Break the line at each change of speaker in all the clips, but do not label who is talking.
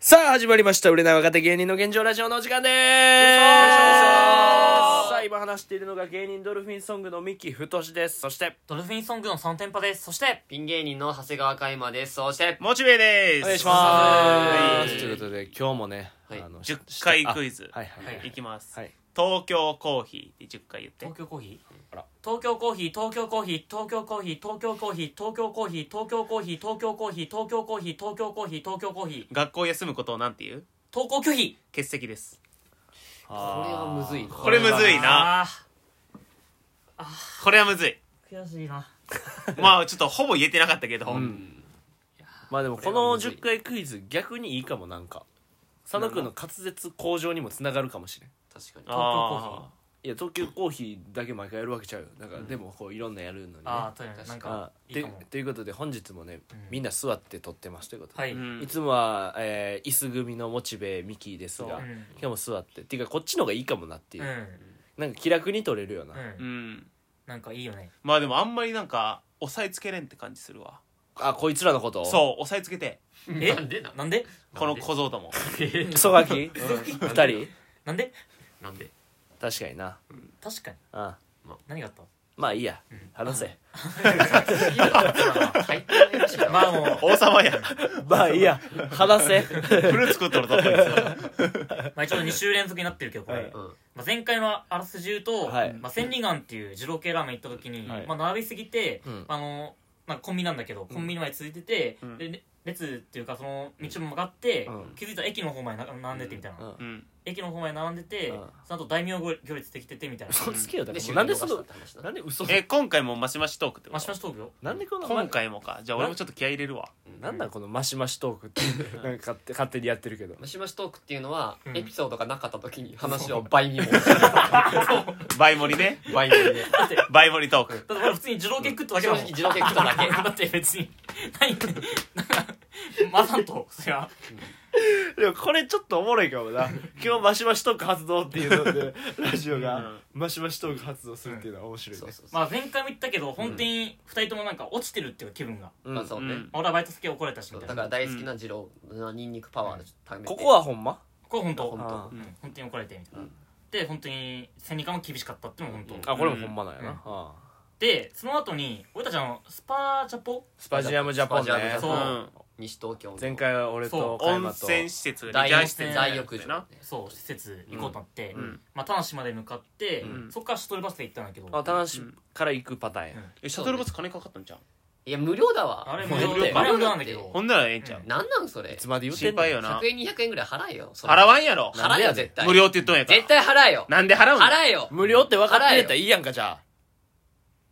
さあ、始まりました。売れない若手芸人の現状ラジオのお時間でーす。さあ、今話しているのが芸人ドルフィンソングの三木太志です。そして、
ドルフィンソングの3店舗です。そして、
ピン芸人の長谷川海馬です。そして、
モチベです。
お願いしま
は
す。
い
ということで、今日もね、
はい
あの
10回クイズ
あはいはいはい
いきます。
はい。
東京コーヒーって10回言って
東。京コーヒ
あ
ー
ら
東京コーヒー、東京コーヒー、東京コーヒー、東京コーヒー、東京コーヒー、東京コーヒー、東京コーヒー、東京コーヒー、東京コーヒー、東京コーヒー、
学校休むことをなんて言う
登校拒否
欠席です。
これ
これはむずい。
これむずいな。
あ
これはむずい。
ー悔しいな。
まあちょっとほぼ言えてなかったけど。
うんまあでもこの10回クイズ逆にいいかもなんか佐野くんの滑舌向上にもつながるかもしれん
確かに。
あ
いや東京コーヒーだけ毎回やるわけちゃうよだからでもこういろんなやるのにね
あー、とにかくなん
あ
か、い
で
いかも。
ということで本日もね
うん
みんな座って撮ってますということで
はい
ー。
いううん
ん
いつもは、えー椅子組のモチベミキですが
そう
今日も座ってっていうかこっちの方がいいかもなっていうう、
ん。
なんか気楽に撮れるよな、
う。
うんん。
なんかいいよね。
まあでもあんまりなんか、押さえつけれんって感じするわ。
あこいつらのこと
そう、押さえつけて。
え
なんでな
なんで
この小僧ども。
クソガ キ2人
なんで
なんで
確かにな
確かに。
あ
何があった
まあいいや、話せ
最高の MC だ
まあもう、
王様や。
まあいいや話 せ
フルーツ食っとるぞ、こいつ。
まあ一応2週連続になってるけど、こ
はい
れ
う。ん。
まあ、前回のあらすじ言うと、
はい
まあ、千里眼っていう二郎系ラーメン行った時に、
はい
まあ、並びすぎて、
うん
あのまあ、コンビニなんだけどコンビニまで続いてて、
うん
でね列っていうかその道も曲がって、
うん
気づいたら駅の方までな並んでてみたいな、
うん
うん。
駅の方まで並んでて、
うん
その後大名行列できててみたいな
嘘つけよだか
で、
らなんでそ
収録
の
逃したって話だ
なんで嘘
え、今回もマシマシトークってこ
マシマ
と
シトークよ
なんでこの
今回もか。じゃあ俺もちょっと気合い入れるわ。
なんだこのマシマシトークってなんか勝手勝手にやってるけど
マシマシトークっていうのは、
うん
エピソードがなかった時に話を倍にも。
倍盛りね。
倍にね。
だってだ
倍盛りトーク。
って俺普通に二郎系 食っただけ だ
正直
もん
自動で食っただけ。
だって別に何かなんかマサンとそれは
でもこれちょっとおもろいかもな今日マシマシトーク発動っていうの でラジオ
うん
マシマシトーク発動すいうのは面白
そうそうそう。
まあ前回も言ったけど本当に二人ともなんか落ちてるっていう気分が、
うん
まあそうね
うん
まあ俺はバイト先怒られたし
そ
みた
う
い
だ
な
から大好きな二郎のニンニクパワーでちょっと貯めて。
ここはほんま
これ本当
本
あ
当。
うん
本当に怒られてみたいな、
うん
で本当に千里眼も厳しかったっていうのも本当、
あこれもほんまなんやな、
うん
ああ
でその後に俺たちあのスパージャポ
スパジアムジャパン
スパジアムジ
ね
ャ
う
パン
ん。
西東京の
前回は俺と岡
温
山と
泉施設
大
リジャー施設
大浴場
な。
そう施設行こうとなって、
うん
まあ、田無まで向かって、
うん
そこからシャトルバスで行ったんだけど
あ田無から行くパターンや、
うん
えシャトルバス金かかったんじゃん
いや、無料だわ。
あれ
も
無
う
料
無料
で
か
あれ無料なんだけ
う
ど
ほんならええんちゃう
なんなんそれ
いつ。まで言うて
心
んの
配よな
100円200円ぐらい払えよ。それ
払わんやろ
な
払えよ、絶対。
無。料って言っとんやから
絶対払えよ。
なんで払うん
払えよ。
無料って分かってれたらいいやんかじゃあ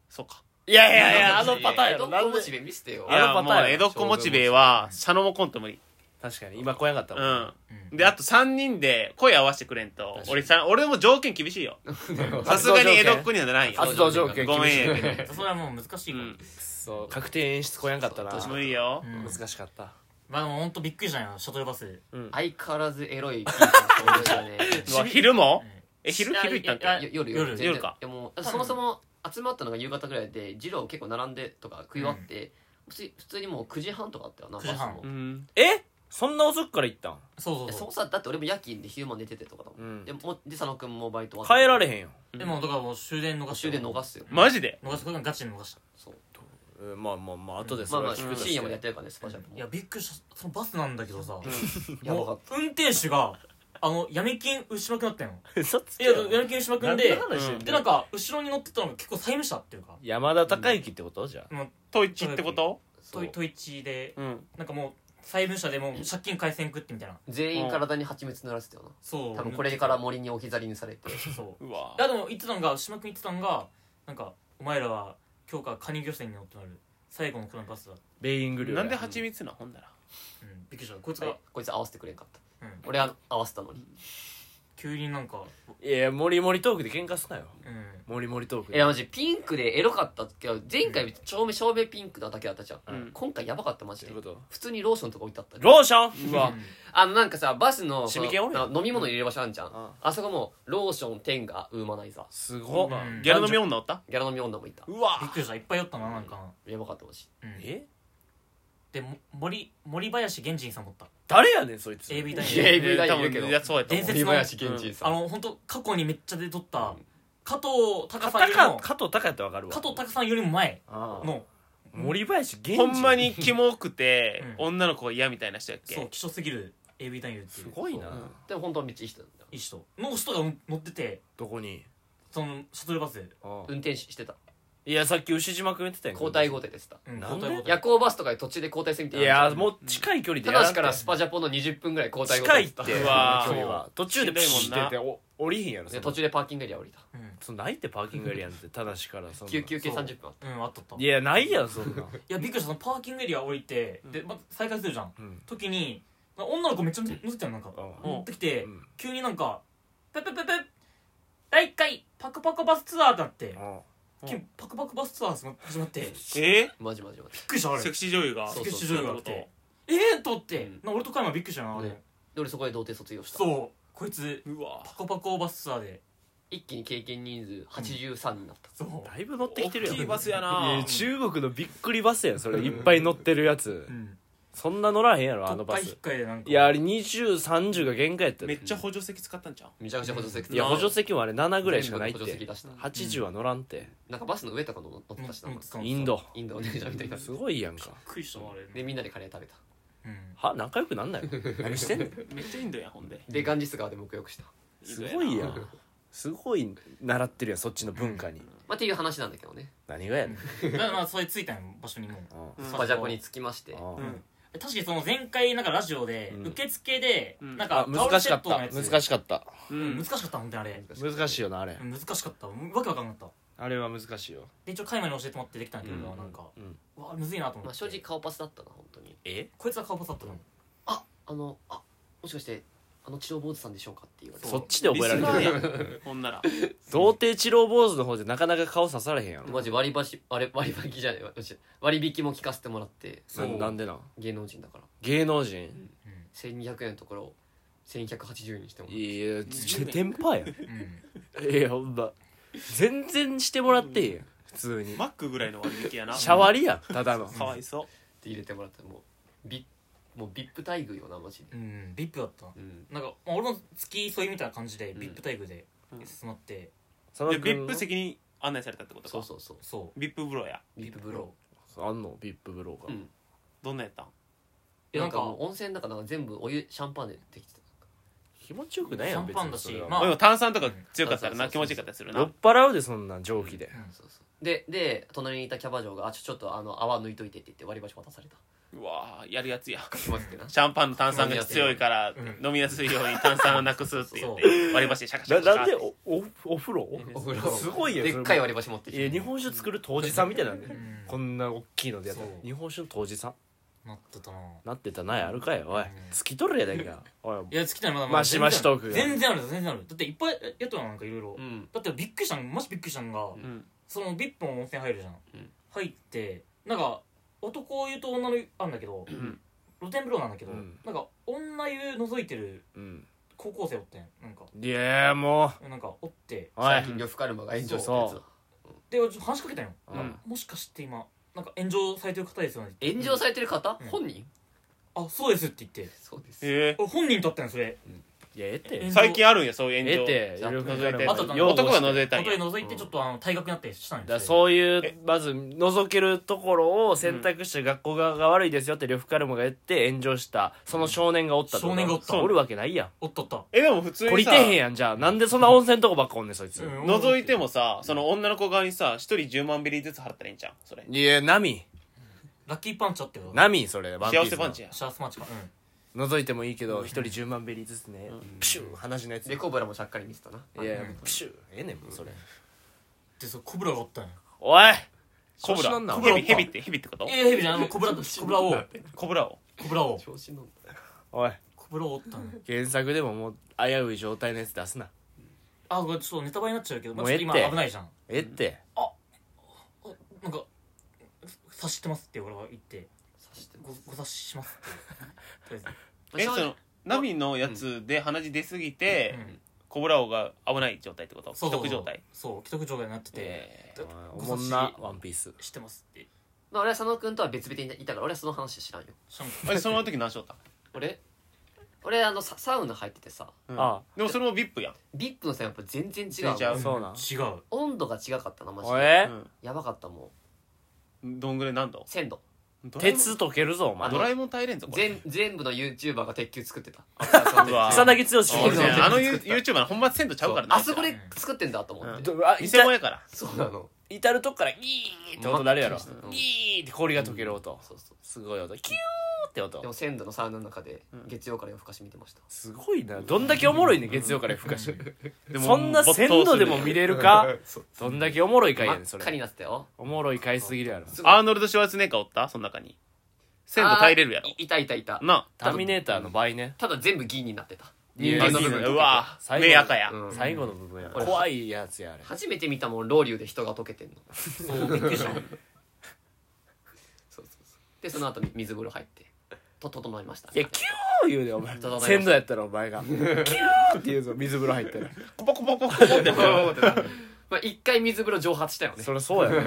そうか
いやいやいやあのパターンやろ
江戸っ
な
子
んで
モチベ見せてよ
い。や
あのパ
も
ターン
う
や
江戸っ子モチベはシャノもコント無理
確かに今来やんかったもん、
うん
うん
であと3人で声合わせてくれんと
確かに
俺さ俺も条件厳しいよ さ
発
す
動
が
条
に
件
江戸っ子にはならんよ
発動条件
ごめんやけど
うんそれはもう難しいから、
うん
そう確定演出来やんかったな
そう
無理よ
うん
難しかった
まあでも本当びっくりしたんよシャトルバス
相変わらずエロい。ね
うわ昼も
うん
え昼昼行った
いや
んか
いや
よ 夜
夜
全然
夜か
いやもうそもそも集まったのが夕方ぐらいで二郎結構並んでとか食い終わって、普通普通にもう9時半とかあったよな
9時半
バスも
うん
えそんな遅くから行ったん
そうそ
いうや
そ
そうもさだって俺も夜勤で昼間寝ててとかだもん、
うん
でもで佐野君もバイト終わって
帰られへんよ、
でもだからもう終電逃した
終電逃すよ
マジで
逃すことにガチで逃した
そう
うんまあまあまあ後で
ま
そ
あ
れ
ま
は
あ
聞くと
深
して
夜までやってるからねスパジャンプも
いやびっくりしたそのバスなんだけどさ、
やばか
も
っ
う運転手があの闇金牛島くんだったよ
嘘つ
い
け
や
よ
闇金牛島くん
何
で
の話してんの
でなんか後ろに乗ってたのが結構債務者っていうか
山田孝之ってことじゃあ
もう
トイチってこと
そ
ト
う
イトイチで
うん
なんかもう債務者でもう借金返せんくってみたいな
全員体に蜂蜜塗らせてよな
そう
多分これから森に置き去りにされて
そう
うわ
いやでも言ってたのが牛島くん言ってたのがなんかお前らは今日からカニ漁船に乗ってなる最後のクランバスだ、
ベイイングルー
なんで蜂蜜なほんなら
うん、びっくりしたこいつが
え、こいつ合わせてくれんかった
うん、
俺は合わせたのに
急になんか
いやいやモリモリトークで喧嘩すなよ
うん
モリモリトーク
い
で
やマジピンクでエロかったけど前回照明照明ピンクなだけだったじゃん、
うん
今回やばかったマ
ど
ジで
ういうこと
普通にローションとか置いてあった
ローションうわ
うん
あのなんかさバスの
染み気おるやん
あの飲み物入れる場所あんじゃん、
ん
あそこもローションテンガウーマナイザー
すごっ
うん
ギャル飲み女おった
ギャラ飲み女もいた
う
びっ
わ
くりしたいっぱい酔ったななんか、
やばかったマジ
うん、
え
でも森森林源人さんもおった
誰やねんそいつ
AV 男
いや
優
AV がいるけど
多分いやそうやと
伝
思う
説
森林源人さ
あ
ん
の本当過去にめっちゃ出とった
うん
加藤
加
隆さんよ
藤
り
か
も
加藤隆やったらわかるわ
加藤隆さんよりも前
あー
の
森林源
ほ
氏
んまにキモくて
う
女の子が嫌みたいな人やっ
そう
け
希少すぎる AV 男優ってい
す
う
ごいな、
うんでも本当はめっちゃいい人なんだよ
いい人の人が乗ってて
どこに
そのシャトルバスで
運転手してた
いやさっき牛島君言ってたやん
交代後手ですた
うん
なんで
交代交代
夜行バスとかで途中で交代するみたい
い
な
やもう近い距離で
た
やら
だ
ん
しからスパジャポの20分ぐらい交代後
近い
手
ってう
た
わー
距離は途中でピシッてやってお降りひんやろそ
で
の
途中でパーキングエリア降りた
うん
そのないってパーキングエリアなんてただしからそんな
休休憩30
そう
分あっ
うんあったあった
いやないやんそんな、
いやびっくりしたそのパーキングエリア降りて、
ん
でまた再開するじゃん
うん
時にな女の子めっちゃ乗ってたよなんか
う
乗ってきて、
うん
急になんか「ペペペペ第1回パクパクバスツアー」だって
うん
急にパクパクバスツアー始ま始まってびっ
え
たマジマジマジ
くり したあれ
セクシー女優が
そう
セクシー女優があっ
そうそう
てえー、と思って、
うん
な俺とカイマびっくりしたよなあれ、
ねで俺そこで童貞卒業した
そうこいつ
うわ
パコパコバスツアーで
一気に経験人数83になった
そう
だいぶ乗ってきてるやん
大きいバスや
い
な
や中国のびっくりバスやんそれいっぱい乗ってるやつ
うん
そんな乗らへんやろあの
特
バ
会
ス
引っかいでなんか
いやあれ2030が限界やった
め
で
っちゃ補助席使ったんじゃん
めちゃくちゃ補助席
いや
な
補助席もあれ7ぐらいしかないっ
全部補助席
て
出した
80は乗らんって
なんかバスの上とかの乗ってたしな
乗ってた
インド
インドネシアみたいな
すごいやんか
びっくりしたわあれ
でみんなでカレー食べた
うん
は仲良くなんない の何してんの
めっちゃインドやんほんで
でガンジス川で沐浴した
すごいや
インド
んすごい習ってるやんそっちの文化に
まあっていう話なんだけどね
何がやねん
だからまあそれついたんよ場所にもう
う
うん
スパジャポに着きまして
ん
う
うん
ん
確かにその前回なんかラジオで
うん
受付で
うん
なん
あ
かタオル
難し
セ
か
ッ
っ
トの
た
やつ
難しかった
う
うん
ん
難しかった本当にあれ
難しいよなあれ
難しかったわけわかんなかった
あれは難しいよ
で一応海馬に教えてもらってできたんだけど
うん
なんか
うん
うわむずいなと思って、
まあ正直顔パスだったな本当に
え
こいつは顔パスだったの
ああのあもしかしてあの治療坊主さんでしょうかって言われて
そっちで覚えられてる
リスナーやんほんなら
童貞治療坊主の方でなかなか顔刺されへんやろ
マジ割り箸あれ割り引きじゃない割引も聞かせてもらって
ななんでなん
芸能人だから
芸能人
1200円のところを1180円にしてもらって
いやテンパや
うん、うん
んいやほんま全然してもらっていいやん普通に
マックぐらいの割引やな
シャワリやんただの
かわいそ
入れてもらってもうビもうビップ待遇よなマジ
う
で
ん、VIP だった
うん
なんか、まあ、俺の付き添いみたいな感じで
うん
VIP 待遇で
うん
進まって、
そうの
で VIP 席に案内されたってことか
そうそうそう
そ
ビップ風呂や
ビップブロ
あんの VIP ブローが
ーうん
どんなんやったん
い
な
やなんん
か
かもう温泉だからなんか全部お湯シャンパンでできてた
気持ちよくないやん
シャン
別
パン
に
だし
それは
まあ
でも炭酸とか強かったら
う
なん気持ちよかったりする
酔っ
な
払うでそんなん蒸気で
う、うん
そうそうでで隣にいたキャバ嬢が「あちょちょっとあの泡抜いといて」って言って割り箸渡された
うわーやるやつや
かき混ぜてな
シャンパンの炭酸が強いから
うん
飲みやすいように炭酸をなくすって言って割り箸でシャカシャ
な
カシ
な
ャカ
んでおおお風呂
お風呂
すごいよ
でっかい割り箸持ってき
いや
て
日本酒作る杜氏さんみたいな、
う
ね、
ん
こんな大きいのでやったら
そう
日本酒の杜氏さん
なってたな
なってたなやるかよおい
うん
つきとるやないかおい
いや好きだよまだまだ
マシマシトークが
全然ある全然あるだっていっぱいやったのなんかいろいろ
うん
だってびっくりしたのマジびっくりしたのが、
ん
うん
その VIP も温泉入るじゃん、
うん
入ってなんか男湯と女の湯あんだけど、
ん
露天風呂なんだけど、
うん
なんか女湯覗いてる
うん
高校生おってんなんか
いやもう
なんかおって
おい
最近呂布カルマが炎上したやつだ
で俺ちょっと話しかけたよ
うん
うん
もしかして今なんか炎上されてる方ですよね
炎上されてる方
うん
本人
あそうですって言って
そうです
え
俺本人と会ったんよそれ
いやええ
ー
て
え
最近あるんやそういう
え
炎
え
上
て
ちゃんと
覗いて
あとなんか
男が
い
覗いたん
本当
や
に覗いてちょっとあの退学になったりしたんよ
だから
う
そういう
え
まず覗けるところを選択して学校側が悪いですよって呂布カルマが言って炎上したその少年がおったってこと
少年がおった
そうおるわけないやん
おったおった
えでも普通
懲
に
りて
さ
へんやんじゃあなんでそんな温泉とこばっかおんねんそいつ
うん
覗いてもさその女の子側にさ一人10万ベリーずつ払ったらいいんじゃんそれ
いや波
ラッキーパンチあったよ
波それワンピー
幸
ス
せ
の
パンチや
シャースマンチか
覗いてもいいけど一人10万ベリーずつねプシュー話のやつ
でコブラもちゃっかり見てたない
やプシューええねんもうそれ
でそうコブラがおったんよ
おい
コ
調
ブ
子
ラ
乗んな
ヘビ
お前
ヘビってヘビってこと
いやいやヘビじゃんあのコブラとコブラを
コブラを
コブラを
調子乗んな
おい
コブラをおったんよ
原作でももう危うい状態のやつ出すな
あこれちょっとネタバレになっちゃうけどまあ
もう
ちょ
ええ
っと
って
今危ないじゃん
ええって
あなんか察してますって俺は言って
さして
ごご察ししますってとりあ
えそ
正直
のナビのやつで鼻血出すぎて
えずうん
コブラ王が危ない状態ってこと
そうそう
既
そう
得状態
そう既得状態になってて
え
だ
おもんなワンピース
知ってますって
まあ俺は佐野君とは別々にいたから俺はその話知らんよ
シャン
ーえその時何しよった
俺俺あのササウナ入っててさ
うん
あ
でもそれも VIP やん
VIP のさやっぱ全然違
全然
う
違
もん
そうなん
違う
温度が違かったなマジで
え
やばかったも
うんどんぐらい何度
う鮮度
ドラえもん
鉄溶けるぞお前
ドラえもん耐えれんぞこれ
全全部の YouTuber が鉄球作ってたあ
うわ
草薙剛
全
俺
部
ね
全部
あのユ
作った
ー YouTuber のほんま鮮度ちゃうからな
あそこで作ってんだと思って、
あい
偽
た
物やから
そうなの
至るとこからギーって音なるやろ
真っ赤にし
ギーって氷が溶ける音
そうそう
すごい音キューって音
でも鮮度のサウナの中で月曜から夜更かし見てました、
すごいなどんだけおもろいね月曜から夜更かし
でも
そんな鮮度でも見れるか
そう
どんだけおもろいかやねん
真
そ
っ赤に
れ
なってたよ
おもろい回すぎるやろ
すごい
アーノルド・シュワルツェネッカーおったその中に鮮度耐えれるやろ
あーいいたいたいた
な
ターミネーターの倍ね
ただ全部銀になってた
銀
銀の部分
うわ
最後
目赤や
うん
最後の部分や
うん
怖いやつやあれ
初めて見たもんロウリュウで人が溶けてんの
そうびっくりした
そうそうそうでその後水風呂入ってと整いました
いやキュー言うでお前
整いました
鮮度やったらお前がキューって言うぞ水風呂入ったら
コポコポコポって
まあ、一回水風呂蒸発したよね
そりゃそうやろ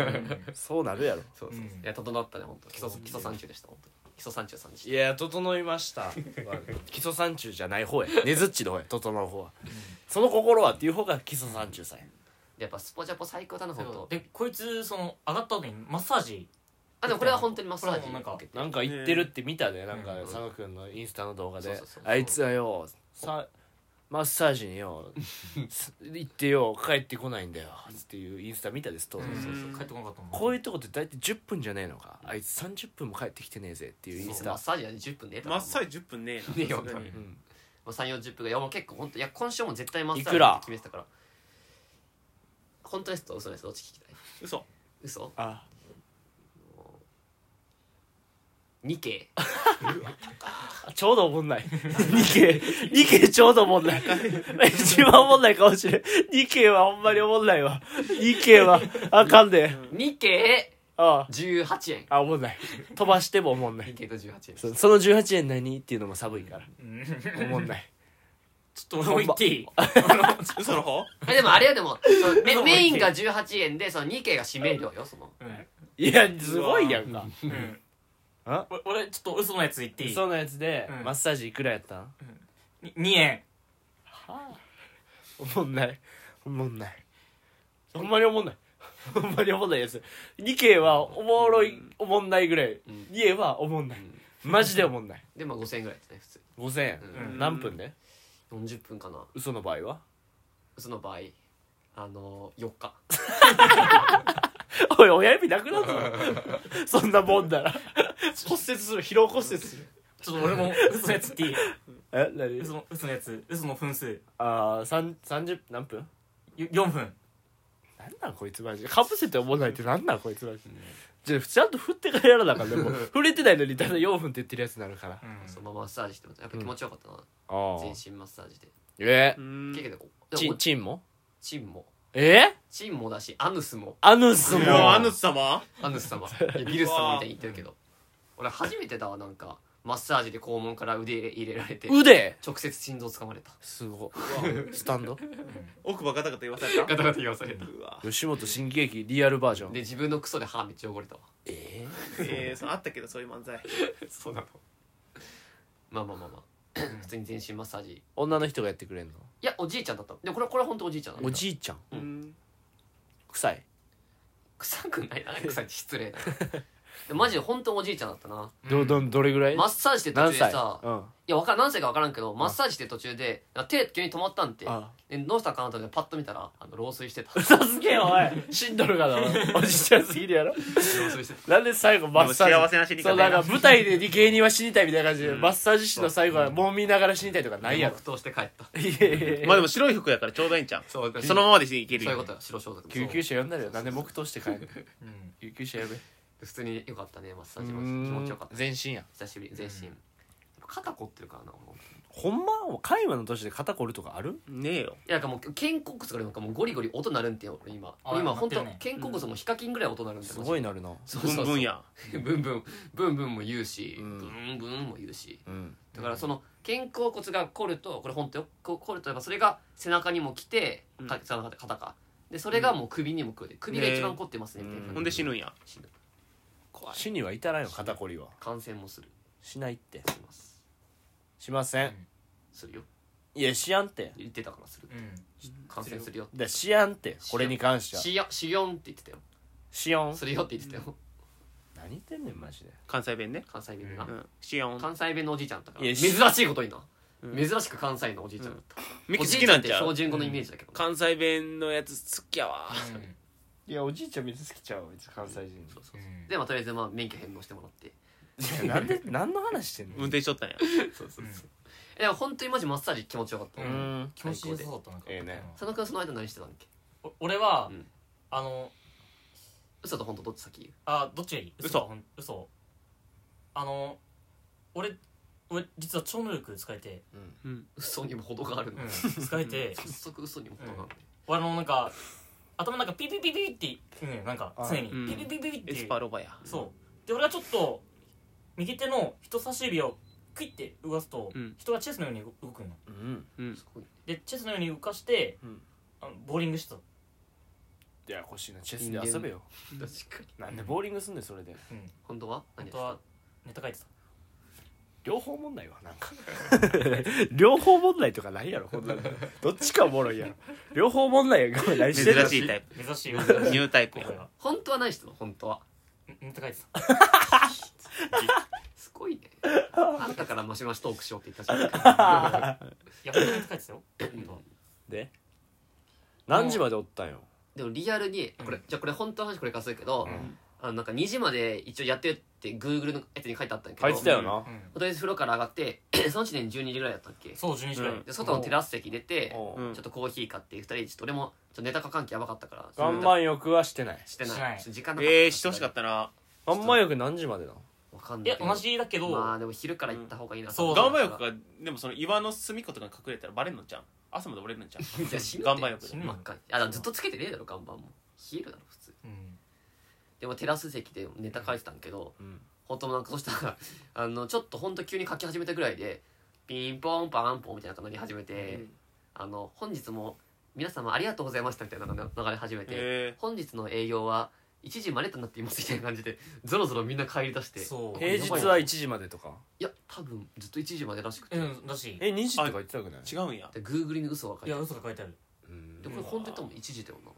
そうなるやろ
そうそうそう
うん
いや整ったね本当基礎基礎山中でした本当に基礎山中さんでし
いや整いました基礎山中じゃない方やねずっちの方や整う方はその心はっていう方が基礎山中さんや
たやっぱスポジャポ最高だな本当
でこいつその上がった後にマッサージ
あでもこれは本当にマッサージ
これはもうなんか
受けて
なんか言ってるって見たでなんか
うん
佐賀君のインスタの動画
そう
で
そうそう
あいつはよさマッサージによす行ってよ帰ってこないんだよっていうインスタ見たですと
そうそうそう
うん
帰ってこなかったもん
こういうとこって大体10分じゃねえのかあいつ30分も帰ってきてねえぜっていうインス
そうマッ
タ
サージはね10分で
マッサ
ジ
ージ10分ね
ねえ
え
よ
なさすがに
うん
3 4 0分がいやもう結構本当いや今週も絶対マッサージ
いくら
って決めてたから本当ですと嘘ですどっち聞きたい
嘘
嘘
あ
2系
ちょうどおもんない2系2系ちょうどおもんない一番おもんないかもしれん2系はほんまにおもんないわ2系はあかんで、
2系
あ
18円
ああおもんない飛ばしてもおもんな
2
い
系と18円
そその18円何っていうのも寒いから
うん
おもんない
ちょっと俺も言っていい
嘘の方
えでもあれはでもそのメメインが18円でその2系が指名料よその
いやすごいやんか
うんうん
あ
お俺ちょっと嘘のやつ言っていい
そのやつで、
うん
マッサージいくらやったん
に2円
おもんないおもんないほんまにおもんないほんまにおもんないやつ2系はおもろいおもんないぐらい
うん
2系はおもんないマジでおもんない
でまあ5000円ぐらいですね普通
5000円、
うん
何分で
40分かな
嘘の場合は
その場合あの4日
おい親指なくな るぞそんなもんなら 骨折する疲労骨折する
ちょっと俺も嘘のやつ言っていい
え何
嘘の嘘のやつ嘘の分数
ああ30何分
よ4分
なんなんこいつマジでかぶせて思わないってなんなんこいつマジでじゃあちゃんと振ってからやらなあかんでも触れてないのにただ4分って言ってるやつになるから
う
あ
ん
そのままマッサージしてもやっぱ気持ちよかったな、
あ
全身マッサージで
え
結構
チ
で
ン
も
チンも
チンも
え
チンもだしアヌスも
アヌス
い
も
やアヌス様
アヌ ス様いやビルス様みたいに言ってるけど俺初めてだわなんかマッサージで肛門から腕入れられて
腕
直接心臓掴まれた
すごいスタ ンド
奥歯ガタガタ言わされた
ガタガタ言わされた
うわ
吉本新喜劇リアルバージョン
で自分のクソで歯めっちゃ汚れたわ
え
えーそのあったけどそういう漫才
そうなのまあまあまあま あ普通に全身マッサージ
女の人がやってくれんの
いやおじいちゃんだったでもこれこれは本当おじいちゃんだった
おじいちゃん
う
臭い
臭くないな臭いって失礼だなでマジで本当おじいちゃんだったな
どどどれぐらい
マッサージって途
何
中で
歳
さ
うん
いやわからん何歳か分からんけどマッサージして途中でなんか手急に止まったんって
あ
でどうしたかなと思ってパッと見たらあの老衰してた老
嘘つけよお い死んどるかなおじいちゃんすぎるやろ
衰してた
なんで最後マッサージ
でも幸せな死に方
そう
や
な
なん
か舞台で芸人は死にたいみたいな感じで、マッサージ師の最後はもみながら死にたいとかないやろ
黙祷して帰った
いやいやいや
まあでも白い服やからちょうどいいんちゃう
そうだ
そのままでいける
そういうこ
よ
とよ白装束も
救急
車
車呼んだらよなんで黙祷して帰るの
うん
救急車呼べ
普通に良かったねマッサージ
う
マジで気
ー
持
ん
ちよかった
全身やん
久しぶり全身
うん
肩凝ってるからなもう
ほんま会話の年で肩こるとかある
ねえよ
いやなんかもう肩甲骨がなんかもうゴリゴリ音鳴るんてよ俺今
あ
俺今
鳴
本
って
当
るね
肩甲骨もヒカキンぐらい音鳴るんだよ
すごい
な
なるな
そう
ブ
そう
ン
そ
ブ
う
ンや
ブンブンブンブンも言うし、
うん
ブンブンも言うし
うん
だからその肩甲骨が凝るとこれ本当よこ凝るとやっぱそれが背中にも来て、
うん
か背中で肩かでそれがもう首にも来るで首が一番凝ってますねみたいな、
うん
ほんで死ぬんや
死ぬ怖い
死には至らんよ肩こりは
感染もする
しないって
します
しません
するよ
いや知らんて
言ってたからする
うん
感染するよ
だ知らんてこれに関しては
しよしよんって言ってたよ
しおん
するよって言ってたよ
何言ってんねんマジで
関西弁ね
関西弁でな
うんシオン
関西弁のおじいちゃんだったか
い
ら
や
珍
し
しいことにな
うん
珍しく関西のおじいちゃんだった
ミ
お
キ
じ
好
い
き
ちゃ
なん
っ
ん
て
ちゃう
標準語のイメージだけど
関西弁のやつ好きやわ
いやおじいちゃん別好きちゃう別関西人
そうそうそう
うん
でまあとりあえずまあ免許返納してもらって
いやなんで何の話してんの
運転しとったんや
そうそううんそうえでも本当にマジマッサージ気持ちよかった
う
う
ー
ん
ん
気持ちよさそうだったなんか
ええね
佐野くんその間何してたんだっけ
お俺は、
うん
あの
嘘と本当どっち先言う
あどっちがいい
嘘
嘘ほん嘘あの俺俺実は超能力使えて、
嘘にも程があるの
使え て
早速嘘にも程がある
俺のなんか頭の中ピピピピピって、うん、なんか常に
うん
ピピピピピって
エ
い
ス
う
パーロバや
そうで俺がちょっと右手の人差し指をクイッて動かすと、
うん
人がチェスのように動動くの
うん
うん
すごい
でチェスのように動かして、
うん
あのボーリングしてた
いや欲しいなチェスで遊べよ
確かに
なんでボーリングすんねんそれで
本当は
本
何
当はネタ書いてた
両方問題はなんか 両方問題とかないやろこんなのどっちかおもろいやろ両方問題やから何
珍
してんの
しいタイ
珍しいよ
プニュータイプ
こ
や
れは
本当は何してたの本当は
んネタ書いてた
すごいねあんたからマシマシトークしようって言ったじ ゃん
いや本当にネタ書いてたよ本当は
で何時までおったんよ
でもリアルにこれ、
うん
じゃあこれ本当の話これからするけど、
うん
あのなんか2時まで一応やってるってグーグルのやつに書いてあったんやけど
書いてたよな
うん
とりあえず風呂から上がって その時点12時ぐらいだったっけ
そう12時ぐらい、
うん
で外のテラス席出て
おう
うん
ちょっとコーヒー買って二人でちょっと俺もちょっとネタ書かんきやばかったから
岩盤浴はしてない
して
し
な
ないい
ちょっと時間なかった
えーしてほしかったな
岩盤浴何時までなの
わかん
い
ない
や
けど
同じだけど、
まあでも昼から行った方がいいな
そう
岩盤浴
か
がでもその岩の隅っことかに隠れたらバレんのじゃん朝まで折れるのじゃん
いや死ぬって
岩盤浴
死
で
ぬ
真っ赤にあだからずっとつけてねえだろ岩盤も冷えるだろ普通
うん
でもテラス席でネタ書いてたんけど、
うん
本当なんかそしたら あのちょっと本当急に書き始めたぐらいでピンポンパンポンみたいな感じになり始めて、
うん
あの本日も皆様ありがとうございましたみたいなのが流れ始めて、
え
本日の営業は1時までとなっていますみたいな感じでゾロゾロみんな帰り出してい
そう
平日は1時までとか
や多分ずっと1時までらしくて、
う
で
んだし
え2時とか言ってたくない
ー違うんや
グーグルに嘘が書い
い
て
や
ある
嘘が書いてある
うん
でこれ本当に多分1時だよな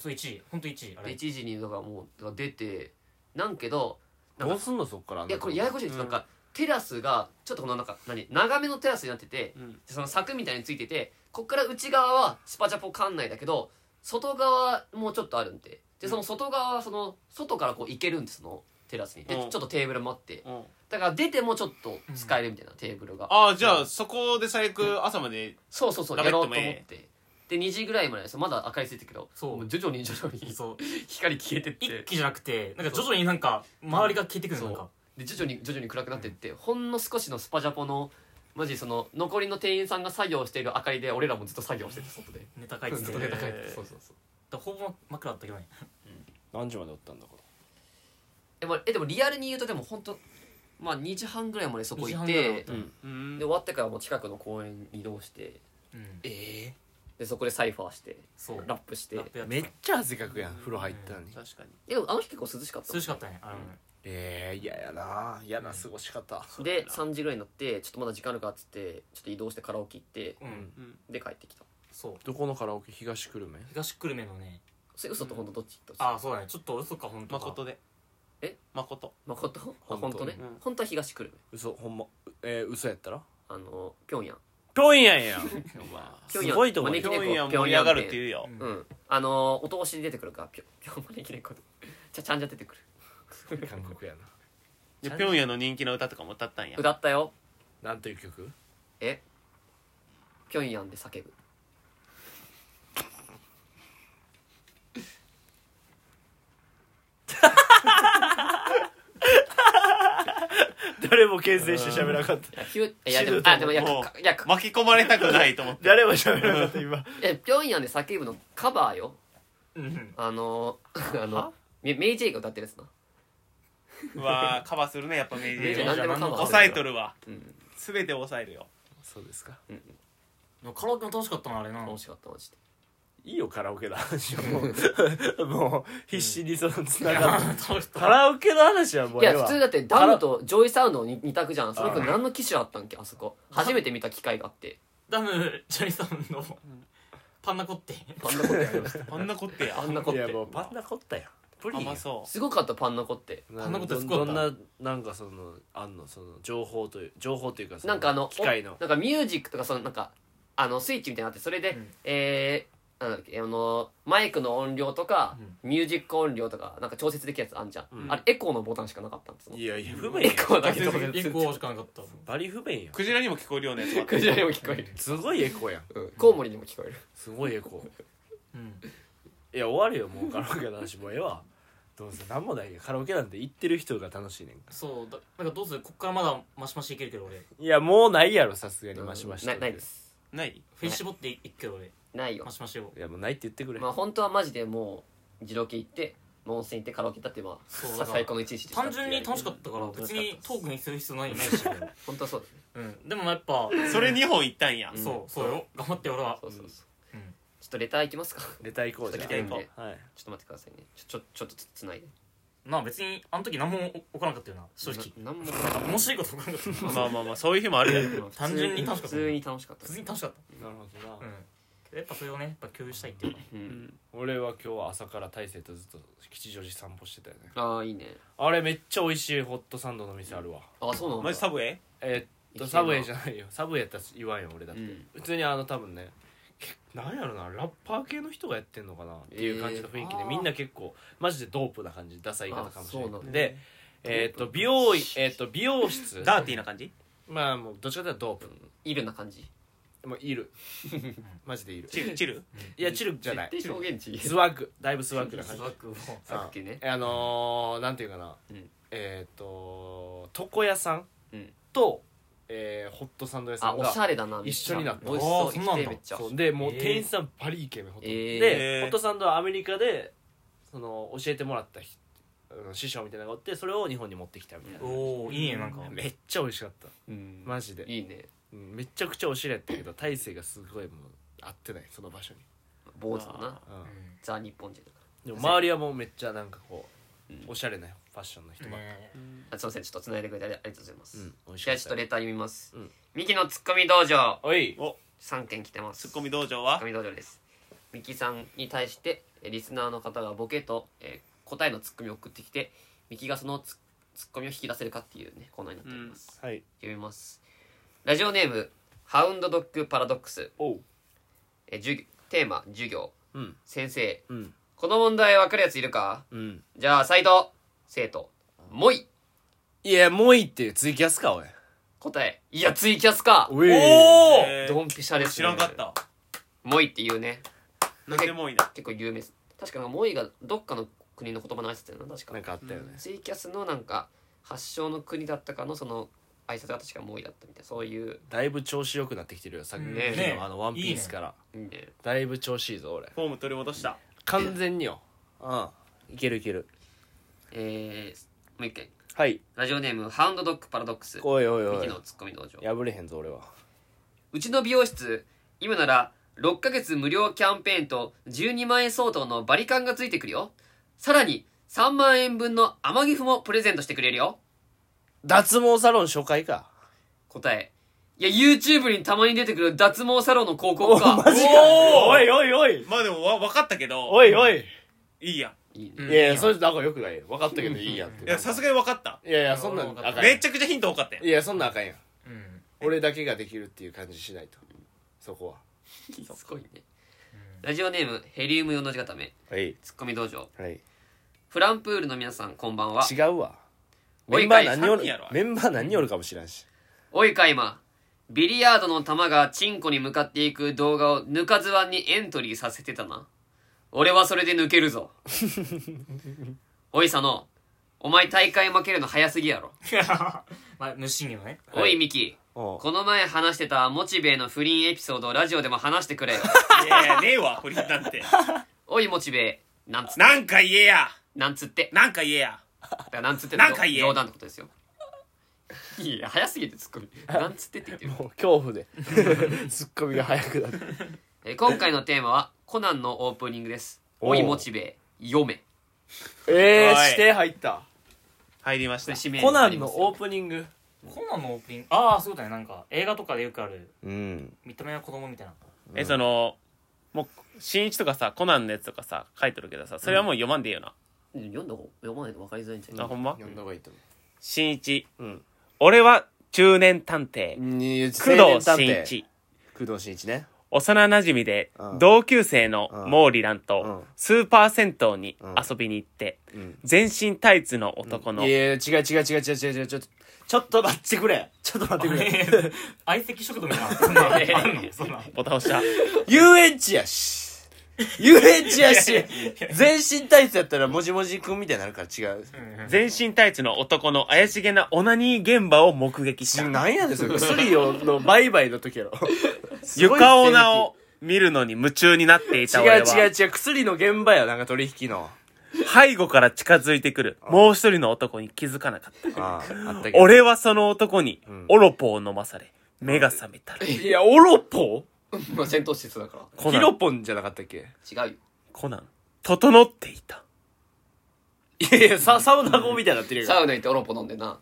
そう1位本当1位あ
で
れ
1時にだからもうだから出てなんけどなん
ど
か
うすんのそっから
いやこれややこしいです、
うん
なんかテラスがちょっとこのなんか何長めのテラスになってて
うん
でその柵みたいについててこっから内側はスパチャポ館内だけど外側もちょっとあるんででその外側はその外からこう行けるんですそのテラスにでち
う
ょ
ん
っとテーブルもあって
うん
だから出てもちょっと使えるみたいな、テーブルが
ああじゃあそこで最悪朝まで
そうそうそう
ラ
や
ベッ
ろう
トも
と思っ
ええ
てで2時ぐらいまでですまだ明かりついてるけど
そう
もう徐々に徐々に
そう
光消えてって
一気じゃなくてなんか徐々になんか周りが消えてくる
そう
のなんか
で徐々に徐々に暗くなってって、ほんの少しのスパジャポのマジその残りの店員さんが作業している明かりで俺らもずっと作業してて外で
ネタ書いて
ず
て
っと
だ
ネ
か
タ書いて
へ
て
ー
そうそうそう
らほぼ真っ暗だったけどね
何時までおったんだこ
え,、まあえでもリアルに言うとでも本当まあ2時半ぐらいまでそこ行っ
2時半ぐらいまで
てで
れうん
うん
終わってからもう近くの公園に移動して
うん
え
でそこでサイファーして
そう
ラップして
ラップや
え
っ
め
て
ったちゃ汗かくやん風呂入ったのに
確かに
でもあの日結構涼しかった
涼しかったねあの
ええ嫌やな嫌な過ごし方
で3時ぐらいになってちょっとまだ時間あるからっつってちょっと移動してカラオケ行って
うん、
うん
で帰ってきた
そう
どこのカラオケ東久留米
東久留米のね
それ嘘と本当どっち行った
ああそうだねちょっと嘘か本当か
誠で
え
誠
誠あ本当ね
うん
本当は東久留米
嘘ほんまえー、嘘やったら
あのピョンヤン
ピョンヤン やん
ピョンヤン
すごいとこ
まあ
だ
今
ね
日や盛り上がるって言うよ
うん
うんあのお通しで出てくるからピョピョン招き猫ちゃちゃんじゃ出てくる
韓国やな
でピョンヤンの人気の歌とかも歌ったんや
歌ったよ
なんという曲
えピョンヤンで叫ぶ
誰も牽制して喋らなかった
いやヒュいやで
死
も
ぬと思う
あでもいや
もう
かいやか
巻き込まれたくないと思って
誰も喋らなかった今
いやピョンヤンで叫ぶのカバーよ
うん
あの あのメメイジェイが歌ってるやつな
うわーカバーするねやっぱメイ
メイジ
ジ
ェイ何でもカバー
抑えとるわ
うん
全て抑えるよ
そうですか
でもカラオケも楽しかったなあれな
楽しかったマジで
いいよカラオケの話はもう もう必死にそのつながって
楽 し
カ
かっ
ラオケの話はもう
い
ええ
や
わ
普通だってダウンとジョイサウンドの二二択じゃんその
あ
子何の機種あったんけあそこ初めて見た機会があって
ダムチャリさんのパンナコッテ
パンナコッテやりま した
パンナコって
パンナコ
いやも
ッ
うパンナコッタやんプリンや
甘
ん
そ
すごかったパンナコッテ
な
パンナコッタ
ど
すご
ど
かった
んななんかそのあんのその情報という情報というかそ
なんかあの
機械の
おなんかミュージックとかそのなんかあのスイッチみたいなのあってそれで、
うん
えーなんだっけあのマイクの音量とか、ミュージック音量とかなんか調節できるやつあんじゃん、
うん
あれエコーのボタンしかなかったんですよ
いやいや不便
エ
やん
コーだけで
1個しかなかった
バリ不便やん
うクジラにも聞こえるようなや つがあっ
ク
て
ジラにも聞こえる、
すごいエコーやん
うん、コウモリにも聞こえる
すごいエコ
うん
ーいや終わるよもうカラオケの話もうええわどうせ何もないやんカラオケなんて行ってる人が楽しいねんか
そうだなんかどうするこっからまだマシマシいけるけど俺
らいやもうないやろさすがにマシマシと
なないです
ない
フェイス絞っていくけど俺
ないよ
マシマシを
いやもうないって言ってくれ
まあ本当はマジでもう自動系行って温泉行ってカラオケ行ったってまあ
そう
さ
だから
最高の一日でした
単純に楽しかったから別にトークにする必要ないないし、
本当はそうだね
うん、でもやっぱ
それ2本いったんや
うん
そうそうよ頑張って俺は
そうそうそ
う
う
ん
ちょっとレター行きますかちょ
レター行こうじゃ
レ
あ
ター行こう
はい
っと待ってくださいねちょちょちょっとつつないで
まあ別にあの時何も起こらなかったよな正直
ななんも
面白いこと起こらなかった
まあまあまあそういう日もあるやろ
単純に楽しか
普
った
通に楽しかった
普通に楽しかった
なるほどな、
うんやっぱそれをねやっぱ共有したいっていうか
うん
俺は今日は朝から大勢とずっと吉祥寺散歩してたよね
ああいいね
あれめっちゃ美味しいホットサンドの店あるわ、
あそうなんだ
マジサブウェイ
えーっとサブウェイじゃないよサブウェイやったら言わんよ俺だって、
うん
普通にあの多分ねけなんやろなラッパー系の人がやってんのかなっていう感じの雰囲気で、
えー
みんな結構マジでドープな感じダサい言い方かもしれ
あ
な
そう
い
なんだ
でえーっと美容,、えーっと美容室
ダーティーな感じ
まあもうどっちかというとドー
イルな感じ
プもう いるマジでいる
チルチル
いやチルじゃない
絶対表現値
スワッグだいぶスワッグな感じ
スワッグも
さっきね
うんあのー、なんていうかな、
うん
えっ、と床屋さん
うん
と、えーホットサンド屋さ
あ
ん
お
が
しゃれだなめっち
一緒
ゃ
になった
美味しそ
あ
う
ーそうなんだ
行きてえめっちゃ
そうでもう
えー
店員さんバリイケメンほとんど、
えー
で
えー
ホットサンドはアメリカでその教えてもらった人あの師匠みたいなのがおってそれを日本に持ってきたみたいな、
おおいいねなんか
めっちゃ美味しかった
うん
マジで、
いいね
うんめっちゃくちゃおしゃれやったけど大勢がすごいもう合ってないその場所に、
坊主だな
うん
うん
ザ日本人だか
でも周りはもうめっちゃなんかこう、
うん
おしゃれなファッションの人ばっかり
ね
らあすいませんちょっとつないでくれてありありがとうございます
うん美味し
じ
かった
ゃあ
よ
ちょっとレター読みます、
うん
ミキのツッコミ道場
おい
お
3件来てま
ツ
す
ッコミ道場
ツッ
は
コミ道場ですミキさんに対してえリスナーの方がボケと、えー答えのツッコミを送ってきてミキがそのツッツッコミを引き出せるかっていうねコーナーになっております、
はい
読みますラジオネームハウンドドッグパラドックス
おう
えー授業テーマ授業
うん
先生
うん
この問題分かるやついるか
うん
じゃあ斉藤生徒もい
いやもういいってツイキャスかおい
答えいやツイキャスか
おい
おお
ドンピシャです、ね、
知らんかった
モイっていうね
なんでもいいな
結構有名です確かなんかモイがどっかの国の言葉の挨拶だよな確
なん
か
かあったよね
ツイキャスのなんか発祥の国だったかのその挨拶が確かモイだったみたいなそういう
だいぶ調子良くなってきてるよさっき
うん
ね
のあのワンピースから
んで
だいぶ調子いいぞ俺
フォーム取り戻した
完全にようんいけるいける
えー、もう一回
はい
ラジオネームハウンドドッグパラドックス
おいおいお
ミキ
い
のツッコミ道場
破れへんぞ俺は
うちの美容室今なら6ヶ月無料キャンペーンと12万円相当のバリカンがついてくるよさらに3万円分の天城フもプレゼントしてくれるよ
脱毛サロン初回か
答えいや YouTube にたまに出てくる脱毛サロンの広告か
マジかおいおいおい
まあでもわ分かったけど
おいおい
いいや
いいね
うん
いやいやそれなんかよくないよ分かったけどいいやんって
いやさすがに分かった
いやいやそんなんあかんや
め
ん
ちゃくちゃヒント多かったやん
いやそんなんあかんやん
うん
俺だけができるっていう感じしないとそこは
すごいねラジオネームヘリウム4の字固め
はい
ツッコミ道場
はい
フランプールの皆さんこんばんは
違うわ
おい
メンバー
かい
何人お
三人や
る
ろ
メンバー何人おるかもしらんし
おいカイマビリヤードの球がチンコに向かっていく動画をぬかずわにエントリーさせてたな俺はそれで抜けるぞおい佐野お前大会負けるの早すぎやろ、
まあ無信義のね
はい
おいミキ
おう
この前話してたモチベイの不倫エピソードをラジオでも話してくれよ
いやいやねえわ不倫なん て
おいモチベイなんつって
なんか言えや
なんつって
なんか言えや
だからなんつってのは
なんか言え
冗談ってことですよいや早すぎてツッコミなんつってって言ってる
もう恐怖でツッコミが早くなって
えー今回のテーマはコナンのオープニングです
おう
おいモチベイ読め
え
おい
ー、して入った
入りまし
こ
た
れ指名
コナンのオー
プ
プニング
コナンのオープニングああそうだねなんか映画とかでよくある
うん
見た目は子供みたいな
えそのもう新一とかさコナンのやつとかさ書いてるけどさそれはもう読まんでいいよな、
読んだ方読まないと分かりづらいんじゃ
あ
ない
ほんま
呼んだ方がいいと思
新一
うん
俺は中年探偵
ういや
工
青年
藤
探
新
偵
一
工藤新一ね
幼馴染で
うん
同級生の毛利蘭
う
と
ん
スーパー銭湯に
うん
遊びに行って
うん
全身タイツの男の
いやいや違う違う違う違う違う違うちょっと
ちょっと待ってくれちょっと待ってくれ
相席食堂みたいなそんなあるのそんな
ボタン押した
遊園地やし遊園地やし全身タイツやったらもじもじくんみたいになるから違う
全身タイツの男の怪しげなオナニー現場を目撃し
ち
た
なんやねんそれ薬をの売買の 時やろ
床オナを見るのに夢中になってい
違
た
う
俺
違う
は
違う薬の現場やなんか取引の
背後から近づいてくるもう一人の男に気づかなかった
あああったけど
俺はその男に
ん
オロポを飲まされ目が覚めた
いやオロポ
まあ戦闘施設だか
コ
ヒ
ナ
ロ
ン
ポンじゃなかったっけ
ら違うよ
コナン整っていた
いやいや
ササウナ号みたいになってる
サ
よ
ウナ行ってオロポ飲んでな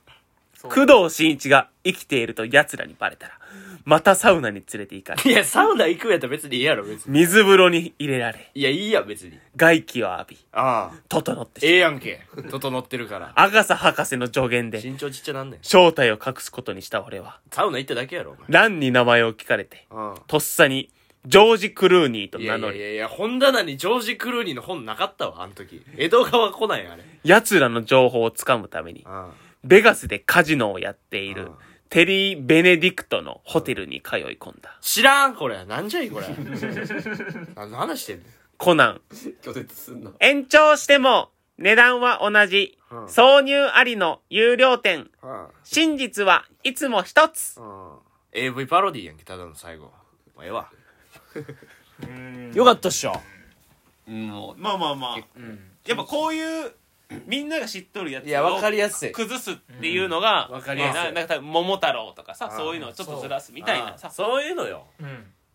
工藤新一が生きていると奴らにバレたら、またサウナに連れて行かれ、
いやサウナ行くんやったら別にいいやろ別に
水風呂に入れられ、
いやいいや別に
外気を浴び、
ああ
整ってし
ええやんけ整ってる から
まう。アガサ博士の助言で、
身長ちっちゃなんねん
正体を隠すことにした俺は、
サウナ行っただけやろ
ランに名前を聞かれて、
お前
とっさに、ジョージ・クルーニーと
いや
名
い
乗
やい
り、
やいや本棚にジョージ・クルーニーの本なかったわあの時江戸川来ないあれ
奴らの情報をつかむために、
あ
ベガスでカジノをやっている
うん、
テリー・ベネディクトのホテルに通い込んだ。
知らんこれなんじゃい これ何の話してんの
コナン、
拒絶すんな
延長しても、値段は同じ
うん、
挿入ありの有料店、
うん
真実はいつも一つ。
うん AV パロディやんけただの最後まあええわ
よかったっしょ
も
まあまあまあ。やっぱこういう、みんなが知っとるやつ
いやわかりやすい
崩すっていうのが、
うんわかりやすい
まあななんか多分桃太郎とかさ
あ、ー
そういうのをちょっとずらすみたいなさ。
そういうのよ
うん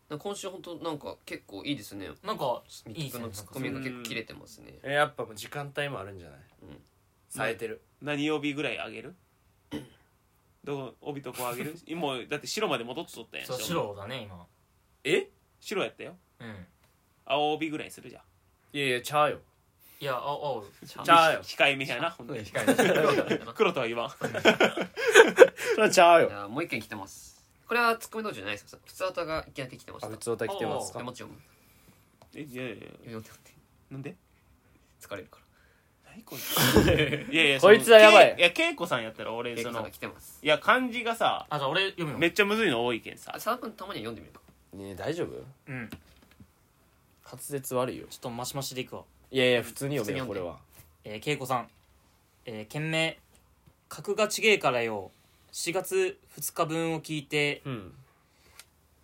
う今週本当なんか結構いいですね
なんか
ミ
いいです
キ君
ね
のツッコミが結構切れてますね
えやっぱもう時間帯もあるんじゃない、
うん
冴えてる
何曜日ぐらいあげるどこ、帯とこあげるもう、だって白まで戻っとったやん。
そう白だね今
え
白やったよ。
うん
青帯ぐらいにするじゃん。
いやいやちゃうよ
いや青青
ちゃうよ
控えめやな、ほんで。黒とは言わん。
それちゃう
いやもう一件来てますこれはツッコミ道場じゃないですか普通歌がいきなり来てまし
あ
た
普通歌来てますか
もちろん
え、いやいやいや。
読んで読んで
なんで
疲れるから
何こ いついやいや、
こいつはやばい
そのけいや、恵子さんやったら俺、
ケイ
そ
コさん
の
が、来てます
いや、漢字がさ、
あじゃあ俺読むよ
めっちゃむずいの多いけんさ
あ。佐田君たまには読んでみるか
ねえ大丈夫
うんちょ
滑舌悪いよ
っとマシマシでいくわ
いやいや普通に読めよ
普
こ
通
れ
に
は
えー、恵子さん、えー、件名「格がちげえからよ」4月2日分を聞いて
うん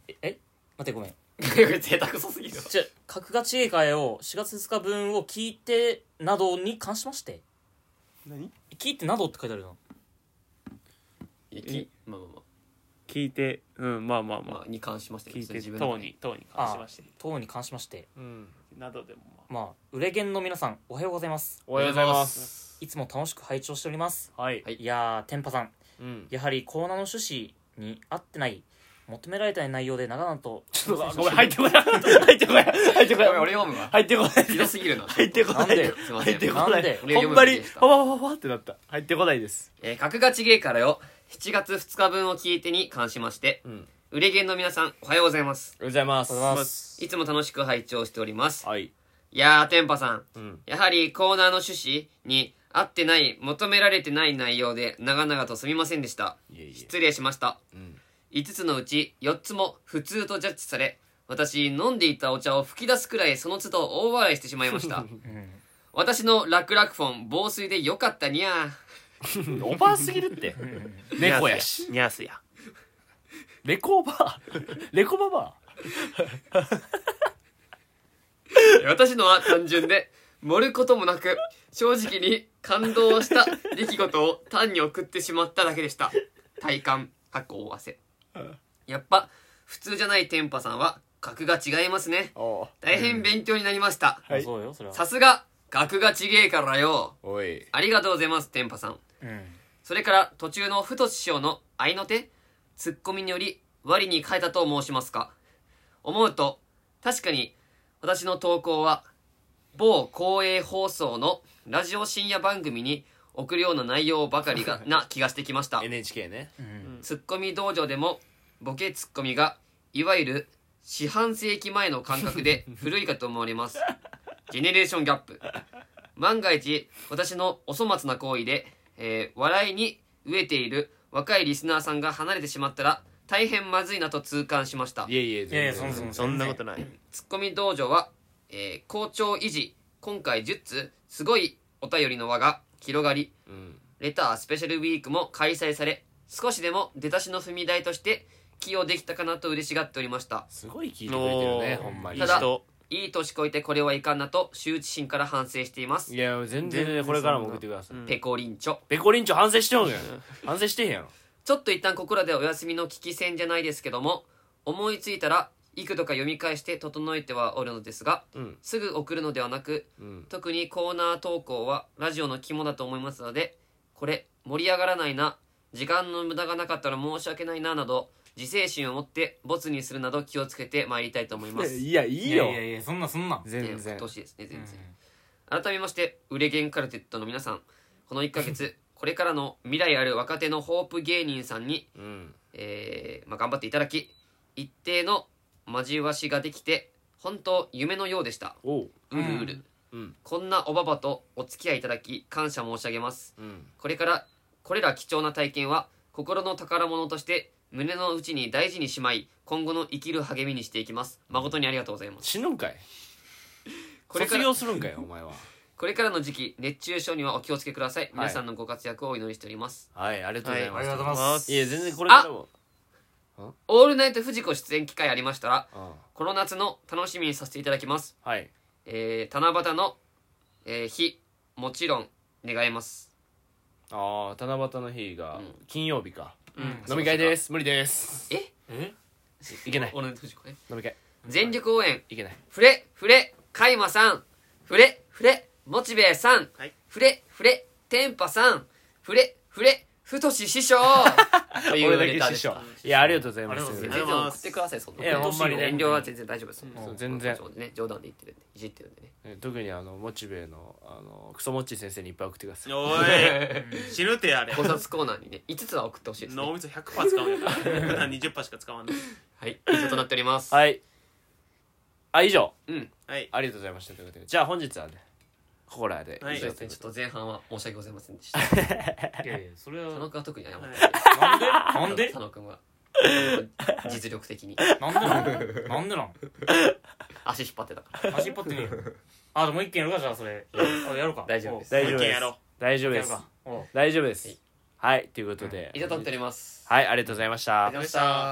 ええ待ってごめん
贅沢そうすぎる
じゃ格がちげえからよ4月2日分を聞いてなどに関しまして
何
聞いてなどって書いてあるの
いやきまあまあ
聞いて、うん、まあまあ
まあま
ま
あに関しまし
あ。
て
聞いて、
自分
当に、当に関しまして。
等に関しまして
うん
などでもまあ。
まあ売れンの皆さんおはようございます
おはようございます
いつも楽しく拝聴しております
はい
はい
いやー天パさん
うん
やはりコーナーの趣旨に合ってない求められたい内容で長々と
ちょっ とごめん入ってこない入ってこない入ってこな
ごめ
い
ん俺読むわ
入ってこない
ひどすぎるな
入ってこない
なんです
いませ
入
ん
ってこな
なん
い
で
俺
ほんまに
読むべきでした
パパパパパってなった入ってこないです
えー、格がちげえからよ。7月2日分を聞いてに関しまして、
うん
売れ芸の皆さん、おはようございます。
おはようございます
おはようございます
いつも楽しく拝聴しております。
はい
いやー、天パさん。
うん
やはりコーナーの趣旨に合ってない、求められてない内容で長々とすみませんでした。
いえいえ
失礼しました。
うん
5つのうち4つも普通とジャッジされ、私、飲んでいたお茶を吹き出すくらいその都度大笑いしてしまい ました。私の楽々フォン、防水でよかったにゃー。
オバーすぎるって猫やし
ニャースや。
レコーバー レコババ
私のは単純で盛ることもなく正直に感動した出来事を単に送ってしまっただけでした体感かっこ大汗やっぱ普通じゃない天パさんは格が違いますね
ーお
大変勉強になりました
はい
あそうよそれは
さすが格が違えからよ
おい
ありがとうございます天パさん
うん
それから途中の太師匠の合いの手ツッコミにより割に変えたと申しますか思うと確かに私の投稿は某公営放送のラジオ深夜番組に送るような内容ばか りがな気がしてきました、
NHK ね
ツッコミ道場でもボケツッコミがいわゆる四半世紀前の感覚で古いかと思われますジェネレーションギャップ万が一私のお粗末な行為で、えー笑いに飢えている若いリスナーさんが離れてしまったら大変まずいなと痛感しました
いえいえ全
いやいや
然
そんなそんな
そんなことない
ツッコミ道場は、えー好調維持今回10通すごいお便りの輪が広がり
うん
レタースペシャルウィークも開催され少しでも出だしの踏み台として寄与できたかなと嬉しがっておりました
すごい聞いてくれてるね
お
ほ
ー
んまに
いい人
いい年こいてこれはいかんなと羞恥心から反省しています
いや全然ねこれからも送ってください
うん
ペコリンチョ
ペコリンチョ反省してんのよ反省してへんやろ
ちょっと一旦ここらでお休みの危機戦じゃないですけども思いついたら幾度か読み返して整えてはおるのですが
うん
すぐ送るのではなく
うん
特にコーナー投稿はラジオの肝だと思いますのでこれ盛り上がらないな時間の無駄がなかったら申し訳ないななど自制心を持ってボツにするなど気をつけてまいりたいと思います
いやい
い
い
や
よ
いやいやそんなそんな
全然
年ですね全然、改めまして売れゲンカルテットの皆さんこの1ヶ月 これからの未来ある若手のホープ芸人さんに、
うん
えーまあ、頑張っていただき一定の交わしができて本当夢のようでした
おう
うるうる、
うん
こんなおばばとお付き合いいただき感謝申し上げます
うん
これからこれら貴重な体験は心の宝物として胸の内に大事にしまい今後の生きる励みにしていきます誠にありがとうございます
死ぬんかい
これか
卒
ら
業するんかいお前は
これからの時期熱中症にはお気をつけください、皆さんのご活躍をお祈りしております
はいありがとうござい
あ
ま
り
す
がとうございま
い
す
や全然これからも
オールナイト富士子出演機会ありましたら
うん
この夏の楽しみにさせていただきます
はい
えー、七夕の、えー日もちろん願います
ああ七夕の日が
うん
金曜日か
うん
飲み会です無理です
え
え
いけない
オールナイト富士子ね
飲み会
全力応援
いけない
ふれふれかいまさんふれふれモチベさん、
はい
ふれふれてんぱさんふれふれふとし師匠というレ
俺
タ
だ
ー
け
で
師
した
匠いやありがとうございま
ありがとうござ
す
い
全
ます
然送ってくださいそんない
やほんまにね
遠慮は全然大丈夫です、
そう全然
そうね冗談で言ってるんでいじってるんでね
え特にあのモチベのあのクソモッチー先生にいっぱい送ってください
おい死ぬてあれ
考察コーナーにね5つは送ってほしいです、ね、
脳みそ100%使うんやから普段20%しか使わんの
はい以上となっております、
はいあ以上
うん
はい
ありがとうございましたということでじゃあ本日はねここらで
はい
以
そう
上
です
と
ね
いう
ち
こと
ょっと前半は申し訳ございませんでした
いやいやそれ
佐
は
野君は特に謝って ない
なんでなんで
佐野 君は実力的に
なんでなんなんでなん
足引っ張ってたから
足引っ張ってねえよあでもう一件やるかじゃあそれあやるか
大丈夫です
おう
で大丈夫で
もう一件
す
やろう
大丈夫で
やる
す
かおう
大丈夫で
は
す
い
はいということで
以上となっております
はいありがとうございました
ありがとうございました